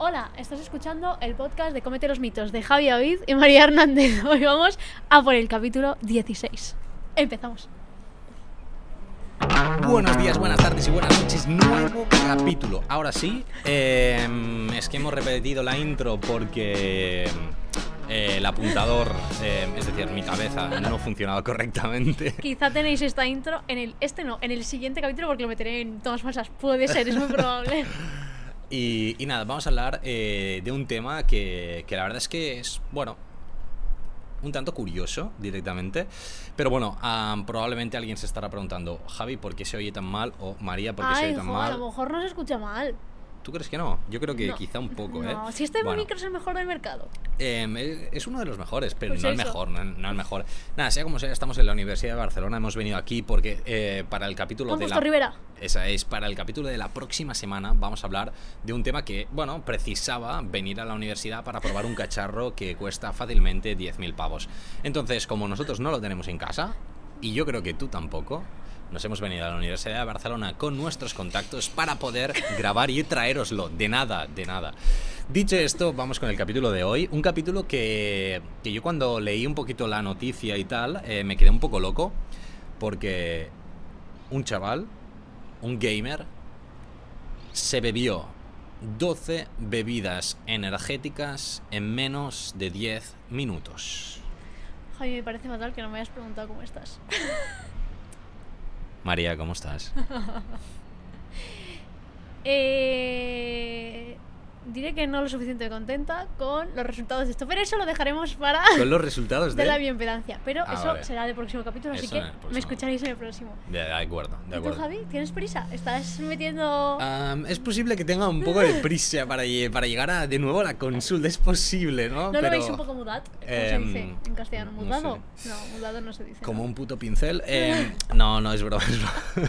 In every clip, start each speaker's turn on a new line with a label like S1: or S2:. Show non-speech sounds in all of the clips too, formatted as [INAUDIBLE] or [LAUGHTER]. S1: Hola, estás escuchando el podcast de Comete los mitos de Javi Avid y María Hernández. [LAUGHS] Hoy vamos a por el capítulo 16. Empezamos.
S2: Buenos días, buenas tardes y buenas noches. Nuevo capítulo. Ahora sí, eh, es que hemos repetido la intro porque eh, el apuntador, eh, es decir, mi cabeza, no funcionaba correctamente.
S1: Quizá tenéis esta intro en el este no, en el siguiente capítulo porque lo meteré en tomas falsas. Puede ser, es muy
S2: [LAUGHS]
S1: probable.
S2: Y, y nada, vamos a hablar eh, de un tema que, que la verdad es que es, bueno, un tanto curioso directamente. Pero bueno, ah, probablemente alguien se estará preguntando, Javi, ¿por qué se oye tan mal? O María, ¿por qué se
S1: Ay,
S2: oye tan
S1: jo, a
S2: mal?
S1: lo mejor no se escucha mal.
S2: ¿Tú crees que no? Yo creo que
S1: No,
S2: quizá un poco, ¿eh?
S1: No, si este
S2: Bueno.
S1: micro es el mejor del mercado.
S2: Em, eh, es uno de los mejores, pero
S1: Pues
S2: no el
S1: eso.
S2: mejor, no, no el mejor. Nada, sea como sea, estamos en la Universidad de Barcelona, hemos venido aquí porque eh, para el capítulo
S1: Campus
S2: de la...
S1: Rivera.
S2: Esa es, para el capítulo de la próxima semana vamos a hablar de un tema que, bueno, precisaba venir a la universidad para probar un cacharro que cuesta fácilmente 10.000 pavos. Entonces, como nosotros no lo tenemos en casa, y yo creo que tú tampoco, nos hemos venido a la Universidad de Barcelona con nuestros contactos para poder grabar y traéroslo. De nada, de nada. Dicho esto, vamos con el capítulo de hoy. Un capítulo que, que yo cuando leí un poquito la noticia y tal, eh, me quedé un poco loco porque un chaval un gamer, se bebió 12 bebidas energéticas en menos de 10 minutos.
S1: Javi, me parece fatal que no me hayas preguntado cómo estás.
S2: María,
S1: [LAUGHS]
S2: ¿cómo estás?
S1: Eh, diré que no lo suficiente contenta con los resultados de esto, pero eso lo dejaremos para
S2: Son los resultados de...
S1: de la bienpedancia. Pero
S2: Pues Ah,
S1: eso
S2: vale.
S1: será del próximo capítulo, así
S2: Eso
S1: que
S2: en el próximo.
S1: me escucharéis en el próximo.
S2: De, de acuerdo, de
S1: ¿Y tú,
S2: acuerdo. Ah,
S1: Javi? ¿Tienes prisa? ¿Estás metiendo...?
S2: Am, es posible que tenga un poco de prisa para, lle- para llegar a- de nuevo a la consulta, es posible, ¿no?
S1: ¿No
S2: Pero
S1: lo veis un poco mudad? ¿Cómo se
S2: em,
S1: dice en castellano?
S2: no
S1: ¿Mudado? No, mudado no se dice.
S2: Como
S1: ¿no?
S2: un
S1: [LAUGHS]
S2: puto pincel. Em, no, no, es broma, es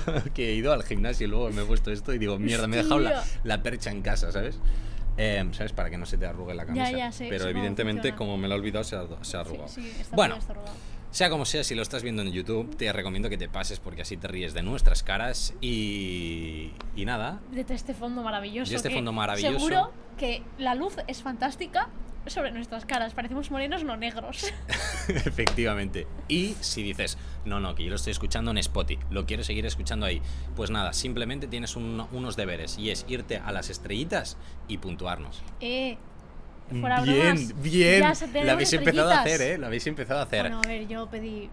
S2: broma. [LAUGHS] que he ido al gimnasio y luego me he puesto esto y digo, mierda, me he dejado la,
S1: Hostia.
S2: la percha en casa, ¿sabes? Em, ¿Sabes? Para que no se te arrugue la camisa.
S1: ya sé, sé
S2: Pero
S1: cómo
S2: evidentemente,
S1: funciona.
S2: como me lo he olvidado, se ha, se ha
S1: Sí,
S2: arrugado.
S1: sí, está
S2: bueno,
S1: bueno. está arrugado.
S2: sea como sea, si lo estás viendo en YouTube, te recomiendo que te pases porque así te ríes de nuestras caras y. Y nada. [LAUGHS]
S1: De este fondo maravilloso.
S2: De este
S1: que
S2: fondo maravilloso.
S1: Seguro que la luz es fantástica sobre nuestras caras. Parecemos morenos, no negros. [LAUGHS]
S2: Efectivamente. Y si dices, no, no, que yo lo estoy escuchando en Spotify, lo quiero seguir escuchando ahí, pues nada, simplemente tienes un- unos deberes y es irte a las estrellitas y puntuarnos.
S1: eh, fuera
S2: bien,
S1: bromas,
S2: bien.
S1: ya se- tenemos
S2: Lo habéis empezado a
S1: estrellitas.
S2: hacer, ¿eh? Lo habéis empezado a hacer.
S1: Bueno, a ver, yo pedí...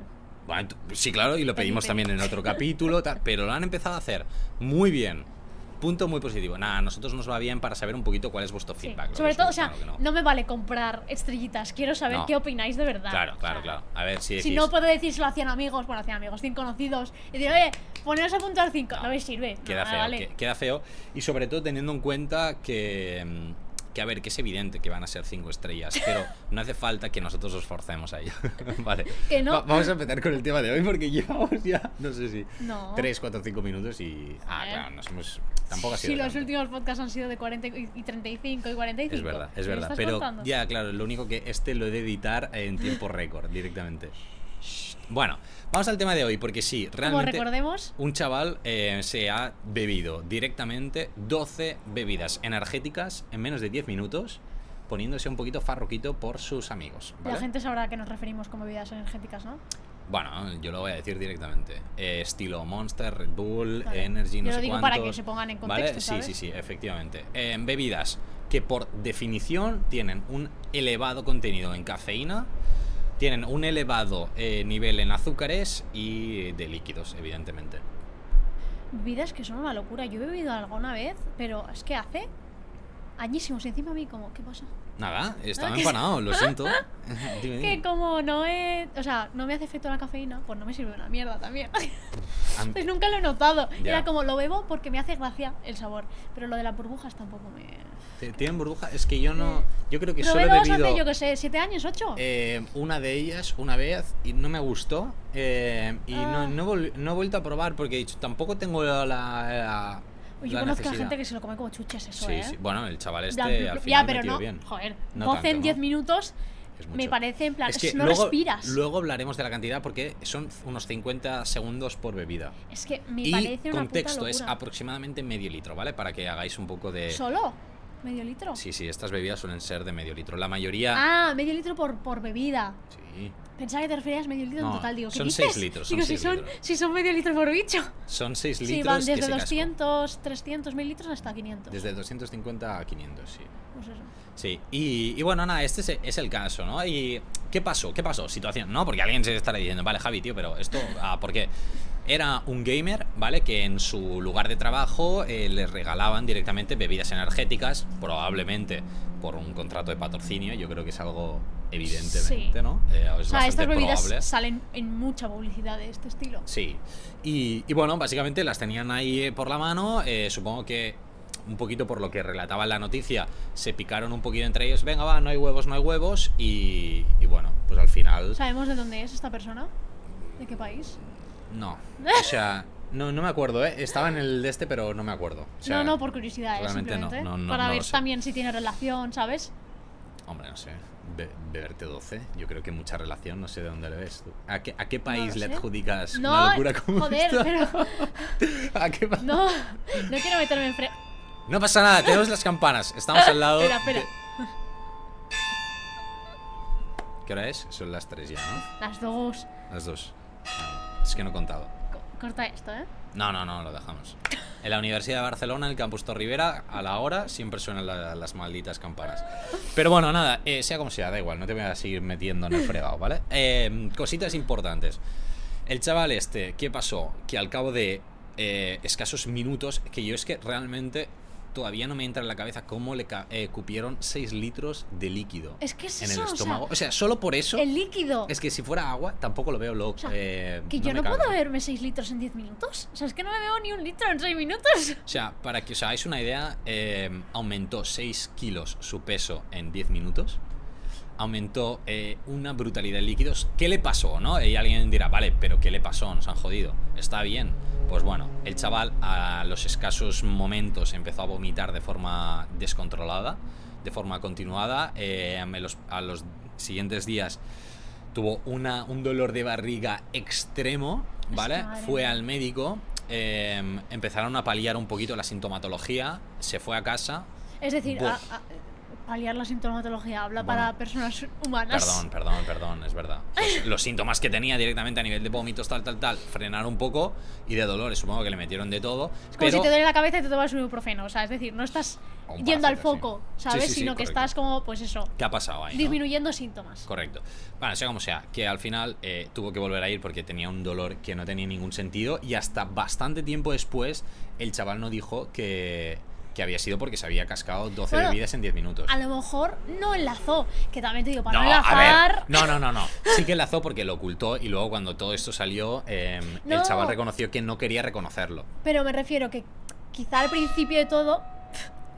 S2: Bueno, tú- sí, claro, y lo
S1: Pedí,
S2: pedimos
S1: pedí.
S2: también en otro capítulo, tal, pero lo han empezado a hacer. Muy bien. Punto muy positivo. Nada, a nosotros nos va bien para saber un poquito cuál es vuestro
S1: sí.
S2: feedback. lo que
S1: Sobre
S2: os
S1: todo, o
S2: gusta,
S1: sea,
S2: lo que
S1: no.
S2: no.
S1: me vale comprar estrellitas. Quiero saber
S2: No.
S1: qué opináis de verdad.
S2: Claro,
S1: O
S2: claro,
S1: sea,
S2: claro. A ver si
S1: Si
S2: decís...
S1: no puedo decir, se lo hacían amigos, bueno, hacían amigos, 100 conocidos, y decir, oye, poneros a puntuar 5, no,
S2: No,
S1: me sirve. no,
S2: queda
S1: me
S2: feo,
S1: vale.
S2: que- queda feo. Y sobre todo teniendo en cuenta que, mm, que, a ver, que es evidente que van a ser cinco estrellas,
S1: [LAUGHS]
S2: pero no hace falta que nosotros os forcemos a ello. [LAUGHS] vale.
S1: Que no.
S2: Va- vamos a empezar con el tema de hoy porque llevamos ya, no sé si,
S1: No.
S2: tres, cuatro, cinco minutos y... Ah,
S1: Eh.
S2: claro, nos hemos... Tampoco ha sido
S1: Si los
S2: tanto.
S1: últimos podcasts han sido de 40 y y 35 y 45.
S2: Es verdad,
S1: ¿me
S2: es verdad.
S1: estás
S2: Pero
S1: contando?
S2: ya, claro, lo único que este lo he de editar en tiempo récord directamente. Bueno, vamos al tema de hoy, porque sí,
S1: Como
S2: realmente...
S1: recordemos,
S2: Un chaval eh, se ha bebido directamente 12 bebidas energéticas en menos de 10 minutos, poniéndose un poquito farroquito por sus amigos. ¿vale?
S1: la gente sabrá a qué nos referimos como bebidas energéticas, ¿no?
S2: Bueno, yo lo voy a decir directamente. Eh, estilo Monster, Red Bull,
S1: Vale.
S2: Energy,
S1: Yo
S2: no
S1: lo
S2: sé
S1: digo para
S2: cuántos,
S1: que se pongan en
S2: ¿vale?
S1: contexto, ¿sabes?
S2: Sí, sí, sí, efectivamente. Eh, bebidas que por definición tienen un elevado contenido en cafeína, tienen un elevado eh, nivel en azúcares y de líquidos, evidentemente.
S1: Bebidas que son una locura. Yo he bebido alguna vez, pero es que hace añísimos. Y encima a mí, como, ¿qué pasa?
S2: Nada, estaba
S1: Ah, que-
S2: empanado,
S1: [LAUGHS]
S2: lo siento. [LAUGHS] Dime, dime.
S1: Que como no he. O sea, no me hace efecto la cafeína, pues no me sirve una mierda también. [LAUGHS]
S2: A mí-
S1: Pues nunca lo he notado.
S2: Ya.
S1: Era como lo bebo porque me hace gracia el sabor. Pero lo de las burbujas tampoco me.
S2: ¿te- ¿Tienen burbuja? Es que yo no. Yo creo que
S1: Probé
S2: solo he
S1: dos hace,
S2: bebido
S1: yo que sé, siete años, ocho.
S2: eh, una de ellas una vez y no me gustó. eh, y
S1: Ah.
S2: no, no, vol- no he vuelto a probar porque he dicho, tampoco tengo la. la-
S1: yo
S2: la
S1: conozco a
S2: necesidad.
S1: gente que se lo come como chuches, eso,
S2: Sí,
S1: ¿eh?
S2: sí. Bueno, el chaval este
S1: Da-
S2: al final
S1: ya, pero
S2: metió
S1: no.
S2: bien.
S1: Joder,
S2: No
S1: 12 en
S2: tanto,
S1: 10
S2: ¿no?
S1: minutos
S2: Es
S1: me
S2: mucho.
S1: parece en plan.
S2: Es que
S1: no
S2: luego,
S1: respiras.
S2: luego hablaremos de la cantidad porque son unos 50 segundos por bebida.
S1: es que me
S2: y
S1: parece una puta
S2: contexto es
S1: locura.
S2: aproximadamente medio litro, ¿vale? Para que hagáis un poco de.
S1: ¿Solo? ¿Medio litro?
S2: Sí, sí, estas bebidas suelen ser de medio litro. La mayoría.
S1: Ah, medio litro por, por bebida.
S2: Sí.
S1: Pensaba que te referías medio litro en
S2: No,
S1: total. Digo, ¿qué
S2: son
S1: dices?
S2: seis litros, son
S1: Digo,
S2: seis
S1: si, son,
S2: litros.
S1: si son medio litro por bicho.
S2: Son 6 litros.
S1: Sí, van
S2: que
S1: desde
S2: se cascan.
S1: 200, 300 mil litros hasta 500.
S2: Desde 250 a 500, sí.
S1: Pues eso.
S2: Sí, y, y bueno, nada, este es, es el caso, ¿no? ¿Y qué pasó? ¿Qué pasó? Situación, ¿no? Porque alguien se estará diciendo, vale, Javi, tío, pero esto, ah, ¿por qué? Era un gamer, ¿vale? Que en su lugar de trabajo eh, le regalaban directamente bebidas energéticas, probablemente por un contrato de patrocinio, yo creo que es algo evidentemente,
S1: Sí.
S2: ¿no? Eh, es
S1: O sea, estas
S2: bastante
S1: bebidas
S2: probable.
S1: salen en mucha publicidad de este estilo.
S2: Sí. Y, y bueno, básicamente las tenían ahí eh, por la mano. eh, supongo que un poquito por lo que relataba la noticia, se picaron un poquito entre ellos. Venga, va, no hay huevos, no hay huevos. Y, y bueno, pues al final...
S1: ¿Sabemos de dónde es esta persona? ¿De qué país? [LAUGHS]
S2: No. O sea, no, no me acuerdo, ¿eh? Estaba en el de este, pero no me acuerdo. O sea,
S1: no, no, por curiosidad, eh,
S2: realmente no,
S1: simplemente.
S2: no, no,
S1: para
S2: no
S1: ver
S2: lo sé.
S1: también si tiene relación, ¿sabes?
S2: Hombre, no sé. Be- beberte 12, yo creo que mucha relación, no sé de dónde le ves. tú. ¿A qué, a qué país
S1: lo
S2: le
S1: sé.
S2: adjudicas
S1: No,
S2: una locura como
S1: joder,
S2: esta?
S1: pero
S2: [LAUGHS] ¿A qué pa-
S1: no, no quiero meterme en fre...
S2: No pasa nada, tenemos las campanas. Estamos al lado.
S1: Espera, espera.
S2: de- ¿Qué hora es? Son las 3 ya, ¿no?
S1: Las dos.
S2: Las 2. Es que no he contado.
S1: Co- corta esto, ¿eh?
S2: No, no, no, lo dejamos. En la Universidad de Barcelona, en el Campus Torrivera, a la hora siempre suenan la- las malditas campanas. Pero bueno, nada, eh, sea como sea, da igual, no te voy a seguir metiendo en el fregado, ¿vale? Eh, cositas importantes. El chaval este, ¿qué pasó? Que al cabo de eh, escasos minutos, que yo es que realmente todavía no me entra en la cabeza cómo le ca- eh, cupieron 6 litros de líquido
S1: Es que es
S2: en el
S1: eso, o sea,
S2: estómago. O sea, solo por eso.
S1: El líquido.
S2: Es que si fuera agua, tampoco lo veo loco.
S1: sea,
S2: eh,
S1: que yo no,
S2: me
S1: puedo
S2: cabe.
S1: beberme 6 litros en 10 minutos. O sea, es que no me bebo ni un litro en 6 minutos.
S2: O sea, para que os hagáis una idea, eh, aumentó 6 kilos su peso en 10 minutos. Aumentó eh, una brutalidad de líquidos. ¿Qué le pasó, no? Y alguien dirá, vale, pero ¿qué le pasó? Nos han jodido. Está bien. Pues bueno, el chaval a los escasos momentos empezó a vomitar de forma descontrolada, de forma continuada. Eh, a los- a los siguientes días tuvo una, un dolor de barriga extremo, ¿vale?
S1: Hostia, madre
S2: Fue
S1: mía.
S2: al médico, eh, empezaron a paliar un poquito la sintomatología, se fue a casa.
S1: Es decir, a-
S2: Buf.
S1: a- paliar la sintomatología habla
S2: Bueno.
S1: para personas humanas.
S2: Perdón, perdón, perdón,
S1: [LAUGHS]
S2: es verdad. Los, los síntomas que tenía directamente a nivel de vómitos, tal, tal, tal, frenar un poco y de dolores, supongo que le metieron de todo.
S1: Es como
S2: pero
S1: si te duele la cabeza y te tomas un ibuprofeno. O sea, es decir, no estás
S2: O un
S1: yendo al
S2: paracetamol,
S1: foco,
S2: sí.
S1: ¿sabes?
S2: Sí, sí, sí,
S1: Sino que
S2: correcto.
S1: estás como, pues eso,
S2: ¿Qué ha pasado ahí? no?
S1: disminuyendo síntomas.
S2: Correcto. Bueno, sea como sea, que al final eh, tuvo que volver a ir porque tenía un dolor que no tenía ningún sentido y hasta bastante tiempo después el chaval no dijo que, que había sido porque se había cascado 12
S1: Bueno,
S2: bebidas en 10 minutos.
S1: A lo mejor no enlazó, que también te digo, para no,
S2: a ver,
S1: enlazar.
S2: no, no, no, no. Sí que enlazó porque lo ocultó y luego cuando todo esto salió, eh, el
S1: No.
S2: chaval reconoció que no quería reconocerlo.
S1: Pero me refiero que quizá al principio de todo,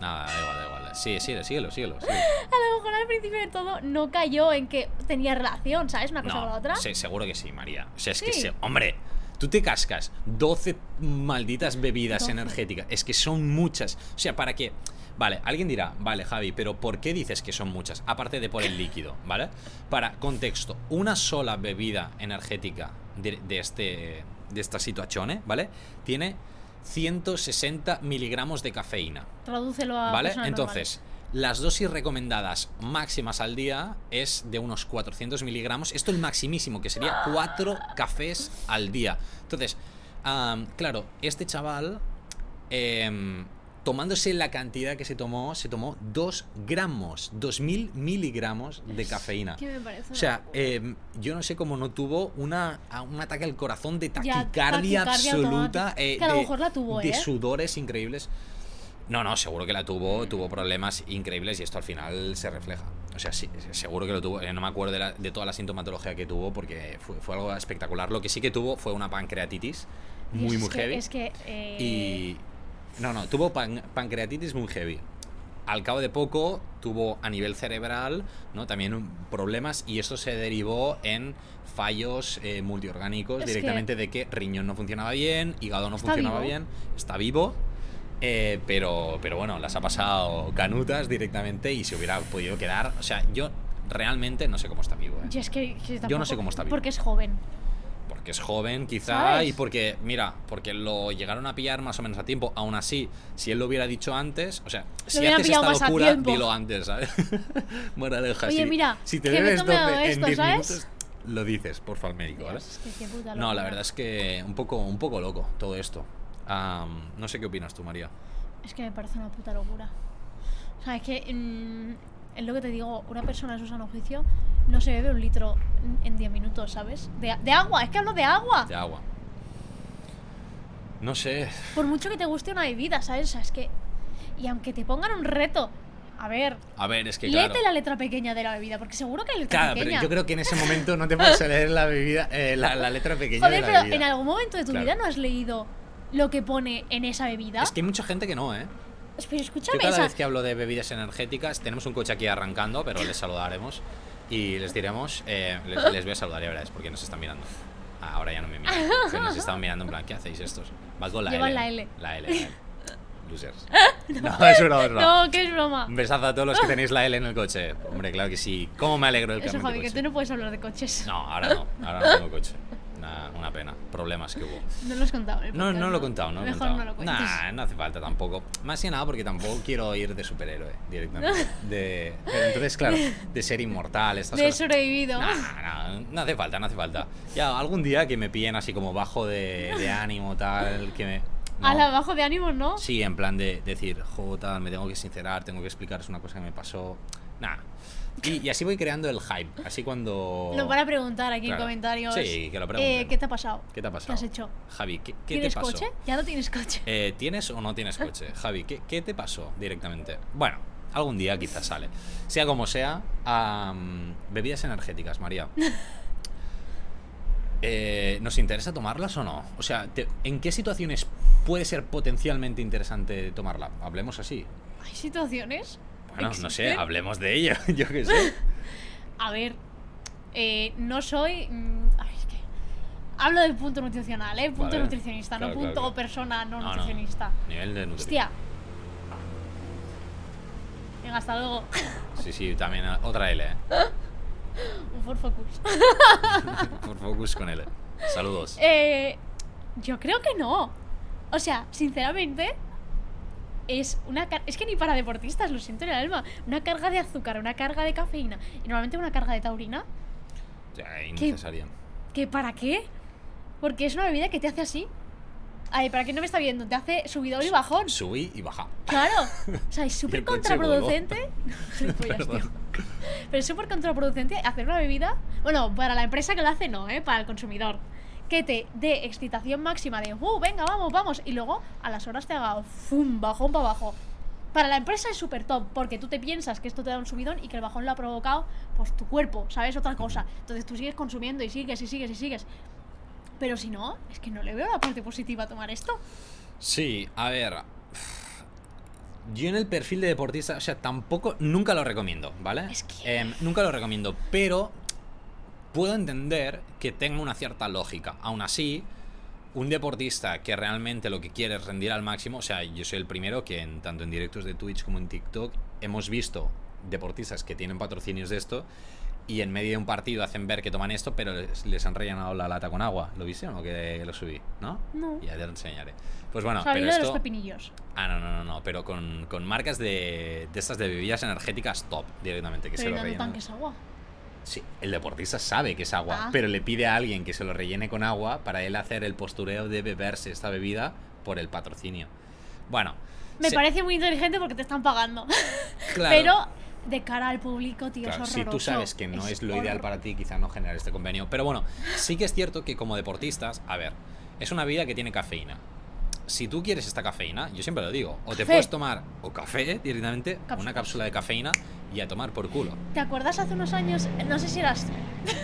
S2: Nada, da igual, da igual. Sí, sí, síguelo, síguelo. síguelo.
S1: a lo mejor al principio de todo no cayó en que tenía relación, ¿sabes? Una cosa con la otra.
S2: se- seguro que sí, María. O sea, es que,
S1: Sí.
S2: se- hombre, tú te cascas 12 malditas bebidas
S1: 12.
S2: energéticas. Es que son muchas. O sea, ¿para qué? Vale, alguien dirá, vale, Javi, pero ¿por qué dices que son muchas? Aparte de por el líquido, ¿vale? Para contexto, una sola bebida energética de, de este, de esta situación, ¿vale? Tiene 160 miligramos de cafeína.
S1: Tradúcelo a.
S2: ¿Vale?
S1: personas
S2: Entonces, las dosis recomendadas máximas al día es de unos 400 miligramos. Esto el maximísimo, que sería 4 cafés al día. Entonces, am, claro, este chaval, em, tomándose la cantidad que se tomó, se tomó 2 gramos, 2000 miligramos de cafeína.
S1: normales. Que me parece?
S2: O
S1: una
S2: sea,
S1: locura.
S2: em, yo no sé cómo no tuvo una, a- un ataque al corazón de
S1: Ya,
S2: taquicardia,
S1: taquicardia
S2: absoluta.
S1: automática.
S2: eh,
S1: Que a lo
S2: de-
S1: mejor la tuvo,
S2: De
S1: ¿eh?
S2: sudores increíbles. No, no, seguro que la tuvo, tuvo problemas increíbles y esto al final se refleja. O sea, sí, seguro que lo tuvo. eh, No me acuerdo de, la- de toda la sintomatología que tuvo porque fue, fue algo espectacular. Lo que sí que tuvo fue una pancreatitis
S1: Y
S2: muy,
S1: es
S2: muy
S1: que-
S2: heavy.
S1: Es que. eh,
S2: Y. No, no, tuvo pan- pancreatitis muy heavy. Al cabo de poco tuvo a nivel cerebral ¿no? también un- problemas y esto se derivó en fallos eh, multiorgánicos
S1: Es que-
S2: directamente de que riñón no funcionaba bien, hígado no
S1: Está
S2: funcionaba
S1: vivo.
S2: bien, está vivo, eh, pero, pero bueno, las ha pasado canutas directamente y se hubiera podido quedar. O sea, yo realmente no sé cómo está vivo. ¿eh?
S1: y es que, que
S2: Yo no sé
S1: tampoco-
S2: cómo está vivo.
S1: Porque es joven.
S2: Por- porque es joven quizá
S1: ¿Sabes?
S2: y porque, mira, porque lo llegaron a pillar más o menos a tiempo. Aún así, si él lo hubiera dicho antes, o sea, si
S1: hubieran
S2: haces
S1: pillado
S2: esta
S1: más a
S2: locura,
S1: tiempo.
S2: dilo antes, ¿sabes? [LAUGHS] Moraleja,
S1: Oye,
S2: sí.
S1: mira,
S2: si te
S1: que me he
S2: debes
S1: tomado
S2: 12
S1: esto,
S2: en 10
S1: ¿sabes?
S2: minutos, lo dices, porfa, al médico, ¿vale?
S1: Dios, que qué puta
S2: No, la
S1: locura.
S2: verdad es que un poco, un poco loco todo esto. Am, no sé qué opinas tú, María.
S1: Es que me parece una puta locura. O sea, es que mm, es lo que te digo, una persona en su sano juicio no se bebe un litro en- en 10 minutos, ¿sabes? De, a- de agua, es que hablo de agua.
S2: De agua. No sé.
S1: Por mucho que te guste una bebida, ¿sabes? O sea, es que... Y aunque te pongan un reto, a ver,
S2: A ver, es que
S1: léete
S2: claro.
S1: la letra pequeña de la bebida, porque seguro que hay letra
S2: Claro,
S1: pequeña.
S2: pero yo creo que en ese momento no te puedes leer la bebida, eh, la, la letra pequeña
S1: Joder,
S2: de la
S1: pero
S2: bebida.
S1: en algún momento de tu
S2: Claro.
S1: vida no has leído lo que pone en esa bebida. Pues,
S2: Es que hay mucha gente que no, ¿eh?
S1: Pero
S2: Yo
S1: escúchame,
S2: cada
S1: o sea,
S2: vez que hablo de bebidas energéticas, tenemos un coche aquí arrancando, pero les saludaremos y les diremos, eh, les, les voy a saludar, ya verás, porque nos están mirando. Ah, ahora ya no me miran, pero nos están mirando en plan, ¿qué hacéis estos? Va con la
S1: Llevan
S2: L.
S1: la L.
S2: La L. la L.
S1: [LAUGHS]
S2: Losers. No, es broma, es broma.
S1: no, que es broma.
S2: Un besazo a todos los que tenéis la L en el coche. Hombre, claro que sí. ¿Cómo me alegro del
S1: Eso,
S2: cambio
S1: Javi,
S2: de
S1: que tú
S2: coche?
S1: no puedes hablar de coches.
S2: pues, No, ahora no. Ahora no tengo coche. Una, una pena. Problemas que hubo.
S1: No lo has contado. en el
S2: No,
S1: podcast,
S2: no lo he contado, no lo he
S1: Mejor
S2: contado.
S1: no lo cuentes.
S2: Nah, no hace falta tampoco. Más que nada porque tampoco quiero ir de superhéroe
S1: [LAUGHS]
S2: directamente. De, pero entonces, claro, de ser inmortal, estas
S1: de
S2: cosas.
S1: sobrevivido.
S2: Nah, nah, no hace falta, no hace falta. Ya, algún día que me pillen así como bajo de, de ánimo, tal, que me...
S1: [LAUGHS]
S2: no.
S1: Al abajo de ánimos, ¿no?
S2: Sí, en plan de decir, jota, me tengo que sincerar, tengo que explicaros una cosa que me pasó. Nah. Y, y así voy creando el hype. Así cuando.
S1: Lo van a preguntar aquí
S2: Claro.
S1: en comentarios.
S2: Sí, que lo pregunten.
S1: eh, ¿Qué te ha pasado?
S2: ¿Qué te ha pasado?
S1: ¿Qué has hecho?
S2: Javi, ¿qué, qué te
S1: ¿Tienes
S2: pasó?
S1: coche? Ya no tienes coche. [LAUGHS]
S2: Eh, ¿Tienes o no tienes coche? Javi, ¿qué, qué te pasó directamente? Bueno, algún día quizás sale. Sea como sea, am, bebidas energéticas,
S1: [LAUGHS]
S2: María. Eh, ¿Nos interesa tomarlas o no? O sea, te- ¿en qué situaciones puede ser potencialmente interesante tomarla? Hablemos así.
S1: Hay situaciones.
S2: Bueno, no sé,
S1: ¿Existen?
S2: hablemos de ello, [LAUGHS] yo
S1: [LAUGHS]
S2: qué sé.
S1: A ver, eh, no soy. mm, ay, es que Hablo del punto nutricional, ¿eh? Punto
S2: Vale.
S1: nutricionista,
S2: Claro,
S1: no
S2: claro,
S1: punto
S2: claro.
S1: persona no,
S2: No, no.
S1: nutricionista.
S2: Nivel de nutrición.
S1: Hostia. Venga, hasta luego. [COUGHS]
S2: Sí, sí, también ah, otra L, eh.
S1: [LAUGHS] Un Ford Focus.
S2: Por focus con L. Saludos.
S1: Eh, yo creo que no. O sea, sinceramente, es una car- es que ni para deportistas, lo siento en el alma, una carga de azúcar, una carga de cafeína y normalmente una carga de taurina,
S2: Ya, innecesaria.
S1: que para qué? Porque es una bebida que te hace así. Ay, ¿para qué no me está viendo? Te hace subidón y
S2: [LAUGHS]
S1: bajón.
S2: Subí y baja.
S1: Claro. O sea, es súper
S2: el coche voló. [LAUGHS]
S1: contraproducente. Gilipollas, tío. Pero es súper contraproducente hacer una bebida. Bueno, para la empresa que la hace, no, ¿eh? Para el consumidor. Que te dé excitación máxima de, uh, venga, vamos, vamos. Y luego a las horas te haga, ¡fum! Bajón para abajo. Para la empresa es súper top, porque tú te piensas que esto te da un subidón y que el bajón lo ha provocado, pues tu cuerpo, ¿sabes? Otra cosa. Entonces tú sigues consumiendo y sigues y sigues y sigues. Pero si no, es que no le veo la parte positiva a tomar esto.
S2: Sí, a ver. Yo en el perfil de deportista, o sea, tampoco, nunca lo recomiendo, ¿vale?
S1: Es que-
S2: Em, nunca lo recomiendo, pero puedo entender que tenga una cierta lógica. Aún así, un deportista que realmente lo que quiere es rendir al máximo, o sea, yo soy el primero que en, tanto en directos de Twitch como en TikTok hemos visto deportistas que tienen patrocinios de esto y en medio de un partido hacen ver que toman esto, pero les, les han rellenado la lata con agua. ¿Lo viste o no? Que lo subí, ¿no?
S1: No.
S2: Ya te lo enseñaré. Pues bueno,
S1: o sea,
S2: pero
S1: vino de los
S2: esto...
S1: pepinillos.
S2: Ah, no, no, no, no, pero con, con marcas de, de estas de bebidas energéticas top directamente, que se
S1: Pero
S2: lo
S1: no notan
S2: rellenan.
S1: que es agua.
S2: Sí, el deportista sabe que es agua,
S1: Ah.
S2: pero le pide a alguien que se lo rellene con agua para él hacer el postureo de beberse esta bebida por el patrocinio. Bueno,
S1: Me
S2: se-
S1: parece muy inteligente porque te están pagando.
S2: claro,
S1: Pero de cara al público, tío,
S2: claro,
S1: es
S2: si
S1: horroroso.
S2: tú sabes que no es, lo ideal
S1: horror-
S2: para ti, quizá no generar este convenio. Pero bueno, sí que es cierto que como deportistas, a ver, es una bebida que tiene cafeína. Si tú quieres esta cafeína, yo siempre lo digo, o te
S1: Café.
S2: puedes tomar o café directamente, una
S1: Cápsulas.
S2: cápsula de cafeína y a tomar por culo.
S1: ¿Te acuerdas hace unos años? No sé si eras.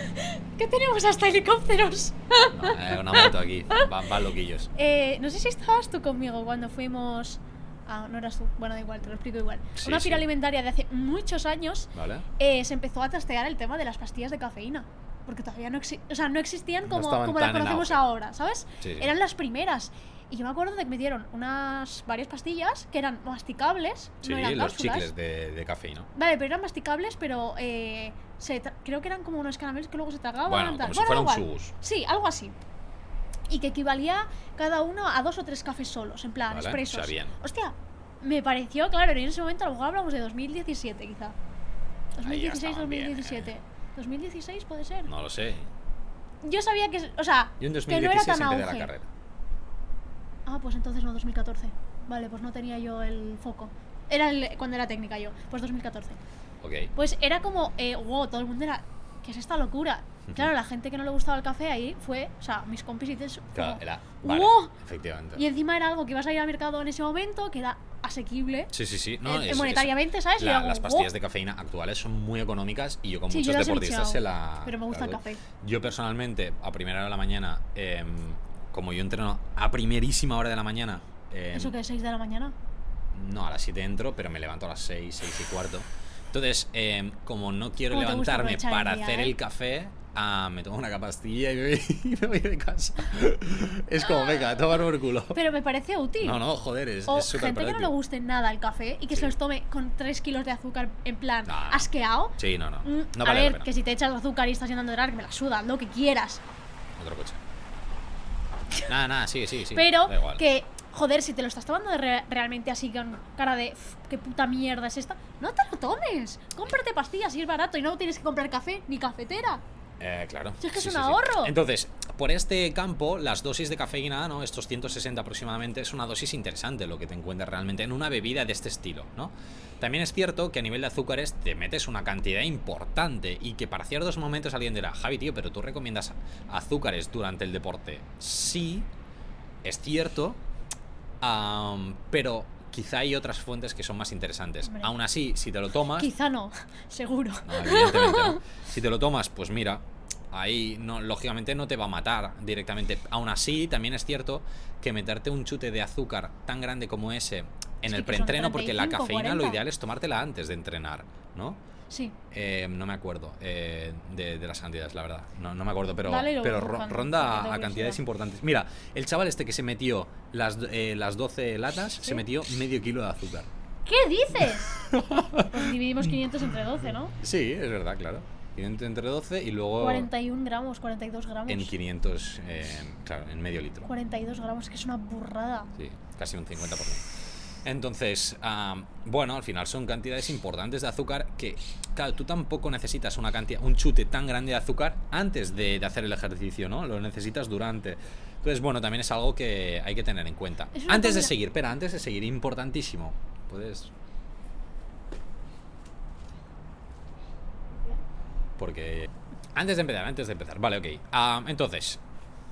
S1: [LAUGHS] que tenemos hasta helicópteros.
S2: No, eh, una moto aquí, van, van loquillos.
S1: Eh, no sé si estabas tú conmigo cuando fuimos. Ah, no eras tú. Bueno, da igual, te lo explico igual.
S2: Sí,
S1: Una fila
S2: sí.
S1: alimentaria de hace muchos años
S2: ¿Vale?
S1: eh, se empezó a trastear el tema de las pastillas de cafeína. Porque todavía no, exi- o sea, no existían
S2: No
S1: como,
S2: estaban
S1: como las
S2: tan en
S1: conocemos
S2: auge.
S1: ahora, ¿sabes?
S2: Sí, sí.
S1: Eran las primeras. Y yo me acuerdo de que me dieron unas varias pastillas que eran masticables.
S2: Sí,
S1: no eran
S2: los
S1: cápsulas.
S2: chicles de, de cafeína.
S1: Vale, pero eran masticables, pero eh, se tra- creo que eran como unos caramelos que luego se tragaban.
S2: Bueno,
S1: tal.
S2: como si fuera
S1: da
S2: un
S1: igual.
S2: sugus.
S1: Sí, algo así. y que equivalía cada uno a dos o tres cafés solos, en plan,
S2: Vale,
S1: expresos.
S2: o sea, bien.
S1: Hostia, me pareció, claro, en ese momento a lo mejor hablamos de 2017 quizá.
S2: Ahí ya
S1: 2016,
S2: estaban bien,
S1: 2017.
S2: eh.
S1: 2016 puede ser.
S2: No lo sé.
S1: Yo sabía que, o sea,
S2: Yo en
S1: que no era
S2: 2016
S1: tan
S2: empecé
S1: auge.
S2: la carrera.
S1: Ah, pues entonces no, 2014. Vale, pues no tenía yo el foco. Era el- cuando era técnica yo, pues 2014.
S2: Ok.
S1: Pues era como, eh, wow, todo el mundo era, ¿qué es esta locura? Claro, la gente que no le gustaba el café ahí fue, o sea, mis compis y tes-
S2: Claro,
S1: como,
S2: era. Vale,
S1: ¡Wow!
S2: efectivamente.
S1: Y encima era algo que ibas a ir al mercado en ese momento, que era asequible
S2: Sí, sí, sí. No,
S1: eh,
S2: es- es-
S1: monetariamente, ¿sabes? Y
S2: la-
S1: era como,
S2: las pastillas
S1: ¡oh!
S2: de cafeína actuales son muy económicas y yo con
S1: Sí, yo
S2: muchos
S1: las he
S2: deportistas
S1: bicheado,
S2: se la.
S1: pero me gusta
S2: la
S1: el
S2: doy.
S1: café.
S2: Yo personalmente, a primera hora de la mañana, em, como yo entreno a primerísima hora de la mañana. em,
S1: Eso que es 6 de la mañana.
S2: No, a las 7 entro, pero me levanto a las 6, 6 y cuarto. Entonces, em, como no quiero
S1: ¿Cómo te gusta
S2: levantarme
S1: aprovechar el
S2: para
S1: día,
S2: hacer
S1: eh?
S2: el café, ah, me tomo una capastilla y me, y me voy [LAUGHS] de casa. es como, venga, toma por culo.
S1: Pero me parece útil.
S2: No, no, joder, es
S1: O
S2: es súper
S1: gente que no le
S2: práctico.
S1: guste nada el café y que se
S2: Sí.
S1: los tome con 3 kilos de azúcar en plan
S2: No, no.
S1: asqueado.
S2: Sí, no, no.
S1: Mm,
S2: No
S1: a
S2: vale la
S1: ver,
S2: pena.
S1: que si te echas azúcar y estás llenando de rar, que me la suda, lo que quieras.
S2: Otro coche. Nada, nada, sí, sí, sí.
S1: Pero
S2: da igual.
S1: que, joder, si te lo estás tomando de re- realmente así con cara de "Uf, qué puta mierda es esta, no te lo tomes. Cómprate pastillas si es barato y no tienes que comprar café ni cafetera.
S2: Eh, claro.
S1: Si es que es un ahorro.
S2: Entonces, por este campo, las dosis de cafeína, ¿no? Estos 160 aproximadamente, es una dosis interesante lo que te encuentras realmente en una bebida de este estilo, ¿no? También es cierto que a nivel de azúcares te metes una cantidad importante y que para ciertos momentos alguien dirá, Javi, tío, pero tú recomiendas azúcares durante el deporte. Sí, es cierto, am, pero quizá hay otras fuentes que son más interesantes.
S1: Hombre.
S2: Aún así, si te lo tomas,
S1: Quizá no, [LAUGHS] seguro.
S2: no, Ah, evidentemente no. Si te lo tomas, pues mira, ahí no, lógicamente no te va a matar directamente. Aún así, también es cierto que meterte un chute de azúcar tan grande como ese en
S1: que
S2: el
S1: son
S2: preentreno, porque la
S1: 35,
S2: cafeína lo
S1: 40.
S2: ideal es tomártela antes de entrenar, ¿no?
S1: Sí,
S2: Eh, no me acuerdo eh, de, de las cantidades, la verdad. No, no me acuerdo, pero,
S1: Dale y lo voy
S2: pero ro-
S1: buscando, porque
S2: ronda
S1: tengo
S2: a cantidades
S1: curiosidad.
S2: importantes. Mira, el chaval este que se metió las, do- eh, las 12 latas,
S1: Sí.
S2: se metió medio kilo de azúcar.
S1: ¿Qué dices?
S2: [LAUGHS]
S1: Pues dividimos 500 entre 12, ¿no?
S2: Sí, es verdad, claro. 500 entre 12 y luego...
S1: 41 gramos, 42 gramos.
S2: Oh. En 500, eh, claro, en medio litro.
S1: 42 gramos, que es una burrada.
S2: Sí, casi un 50%. Entonces, am, bueno, al final son cantidades importantes de azúcar que, claro, tú tampoco necesitas una cantidad, un chute tan grande de azúcar antes de, de hacer el ejercicio, ¿no? Lo necesitas durante. Entonces, bueno, también es algo que hay que tener en cuenta.
S1: Es una
S2: Antes de
S1: comida-
S2: seguir, espera, antes de seguir, importantísimo. Puedes. Porque. Antes de empezar, antes de empezar. Vale, ok. Am, entonces,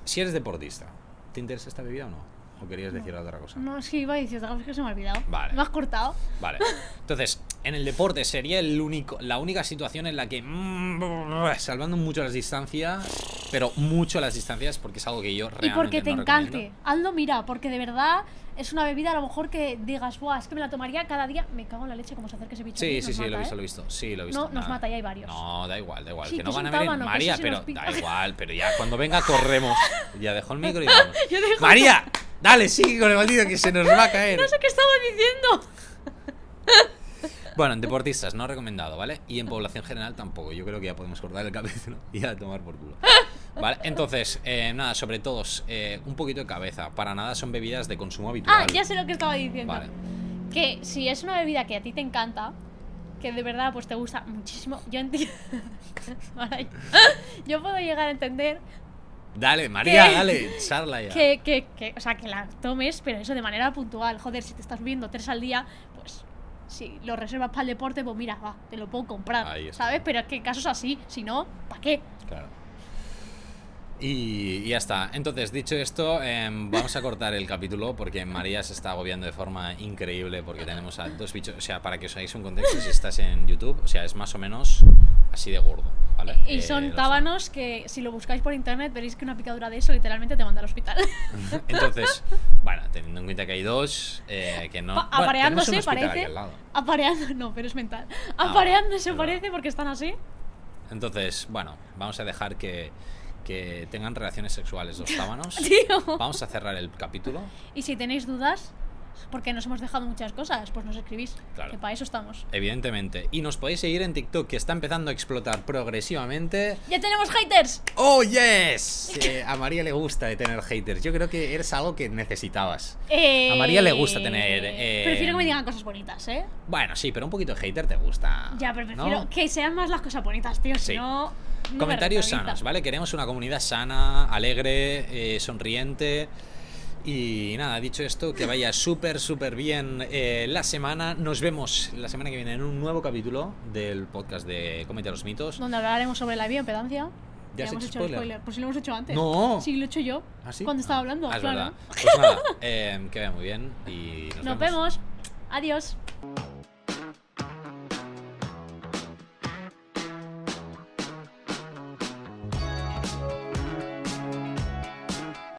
S2: si eres deportista, ¿te interesa esta bebida o no? ¿O querías decir otra cosa?
S1: No, es que iba a decir otra cosa que se me ha olvidado.
S2: Vale.
S1: Me has cortado.
S2: Vale. Entonces, en el deporte sería el único, la única situación en la que, mm, salvando mucho las distancias, pero mucho las distancias, porque es algo que yo realmente
S1: Y porque te
S2: no
S1: encante.
S2: recomiendo.
S1: Hazlo, mira, porque de verdad es una bebida a lo mejor que digas, guau, es que me la tomaría cada día. Me cago en la leche como se acerca ese bicho.
S2: Sí,
S1: aquí,
S2: sí,
S1: nos
S2: sí, lo he
S1: mata,
S2: visto,
S1: ¿eh?
S2: lo he visto. Sí, lo he visto.
S1: No, nos mata, ya hay varios.
S2: No, da igual, da igual.
S1: Sí,
S2: que
S1: que
S2: no
S1: es un
S2: van a venir.
S1: tábano, que
S2: María,
S1: eso sí
S2: pero
S1: nos pica.
S2: da igual, pero ya cuando venga corremos. Ya dejo
S1: [LAUGHS]
S2: el micro y vamos.
S1: Yo dejo-
S2: María, dale, sigue con el maldito que se nos va a caer.
S1: [LAUGHS] No sé qué estaba diciendo.
S2: Bueno, en deportistas no recomendado, ¿vale? Y en población general tampoco. Yo creo que ya podemos cortar el capítulo [LAUGHS] y a tomar por culo. ¿Vale? Entonces, eh, nada, sobre todo, eh, un poquito de cabeza. Para nada son bebidas de consumo habitual.
S1: Ah, ya sé lo que estaba diciendo.
S2: Vale.
S1: Que si es una bebida que a ti te encanta, que de verdad pues te gusta muchísimo, yo [LAUGHS] entiendo. [LAUGHS] yo puedo llegar a entender
S2: Dale, María,
S1: ¿Qué?
S2: dale, charla ya.
S1: que, que, que- o sea, que la tomes, pero eso de manera puntual. Joder, si te estás viendo tres al día, pues si lo reservas para el deporte, pues mira, va, te lo puedo comprar,
S2: Ahí está.
S1: ¿sabes? Pero es que en casos así, si no, ¿para qué?
S2: Claro. Y, y ya está. Entonces, dicho esto, em, vamos a cortar el capítulo porque María se está agobiando de forma increíble porque tenemos a dos bichos. O sea, para que os hagáis un contexto, si estás en YouTube, o sea, es más o menos así de gordo, ¿vale?
S1: Y
S2: Eh,
S1: son
S2: los-
S1: tábanos que si lo buscáis por internet veréis que una picadura de eso literalmente te manda al hospital. [LAUGHS]
S2: [LAUGHS] Entonces, bueno, teniendo en cuenta que hay dos, eh, que no.
S1: Pa-
S2: bueno, tenemos
S1: apareándose
S2: un hospital aquí
S1: parece.
S2: al lado.
S1: Apareando, no, pero es mental.
S2: Ah,
S1: Apareándose
S2: claro.
S1: parece porque están así.
S2: Entonces, bueno, vamos a dejar que, que tengan relaciones sexuales los
S1: [LAUGHS]
S2: tábanos.
S1: Tío.
S2: Vamos a cerrar el capítulo.
S1: Y si tenéis dudas porque nos hemos dejado muchas cosas, pues nos escribís.
S2: Claro.
S1: Que para eso estamos.
S2: Evidentemente. Y nos podéis seguir en TikTok, que está empezando a explotar progresivamente.
S1: ¡Ya tenemos haters! [LAUGHS]
S2: ¡Oh, yes! Eh, a María le gusta de tener haters. Yo creo que eres algo que necesitabas.
S1: Eh,
S2: A María le gusta tener, eh,
S1: Prefiero que me digan cosas bonitas, ¿eh?
S2: Bueno, sí, pero un poquito de hater te gusta.
S1: Ya, pero prefiero
S2: ¿no?
S1: que sean más las cosas bonitas, tío.
S2: Sí.
S1: Si no. no me
S2: Comentarios
S1: rentabiliza.
S2: sanos, ¿vale? Queremos una comunidad sana, alegre, eh, sonriente. Y nada, dicho esto, que vaya súper, súper bien eh, la semana. Nos vemos la semana que viene en un nuevo capítulo del podcast de Comete los Mitos.
S1: Donde hablaremos sobre la bioimpedancia.
S2: ¿Ya has
S1: hemos
S2: hecho
S1: el
S2: spoiler?
S1: Pues si lo hemos hecho antes.
S2: No.
S1: Sí, lo he hecho yo.
S2: ¿Ah, sí?
S1: Cuando estaba
S2: Ah,
S1: hablando,
S2: ah, es
S1: claro.
S2: verdad. Pues nada, eh, que vaya muy bien y nos,
S1: Nos vemos. Adiós.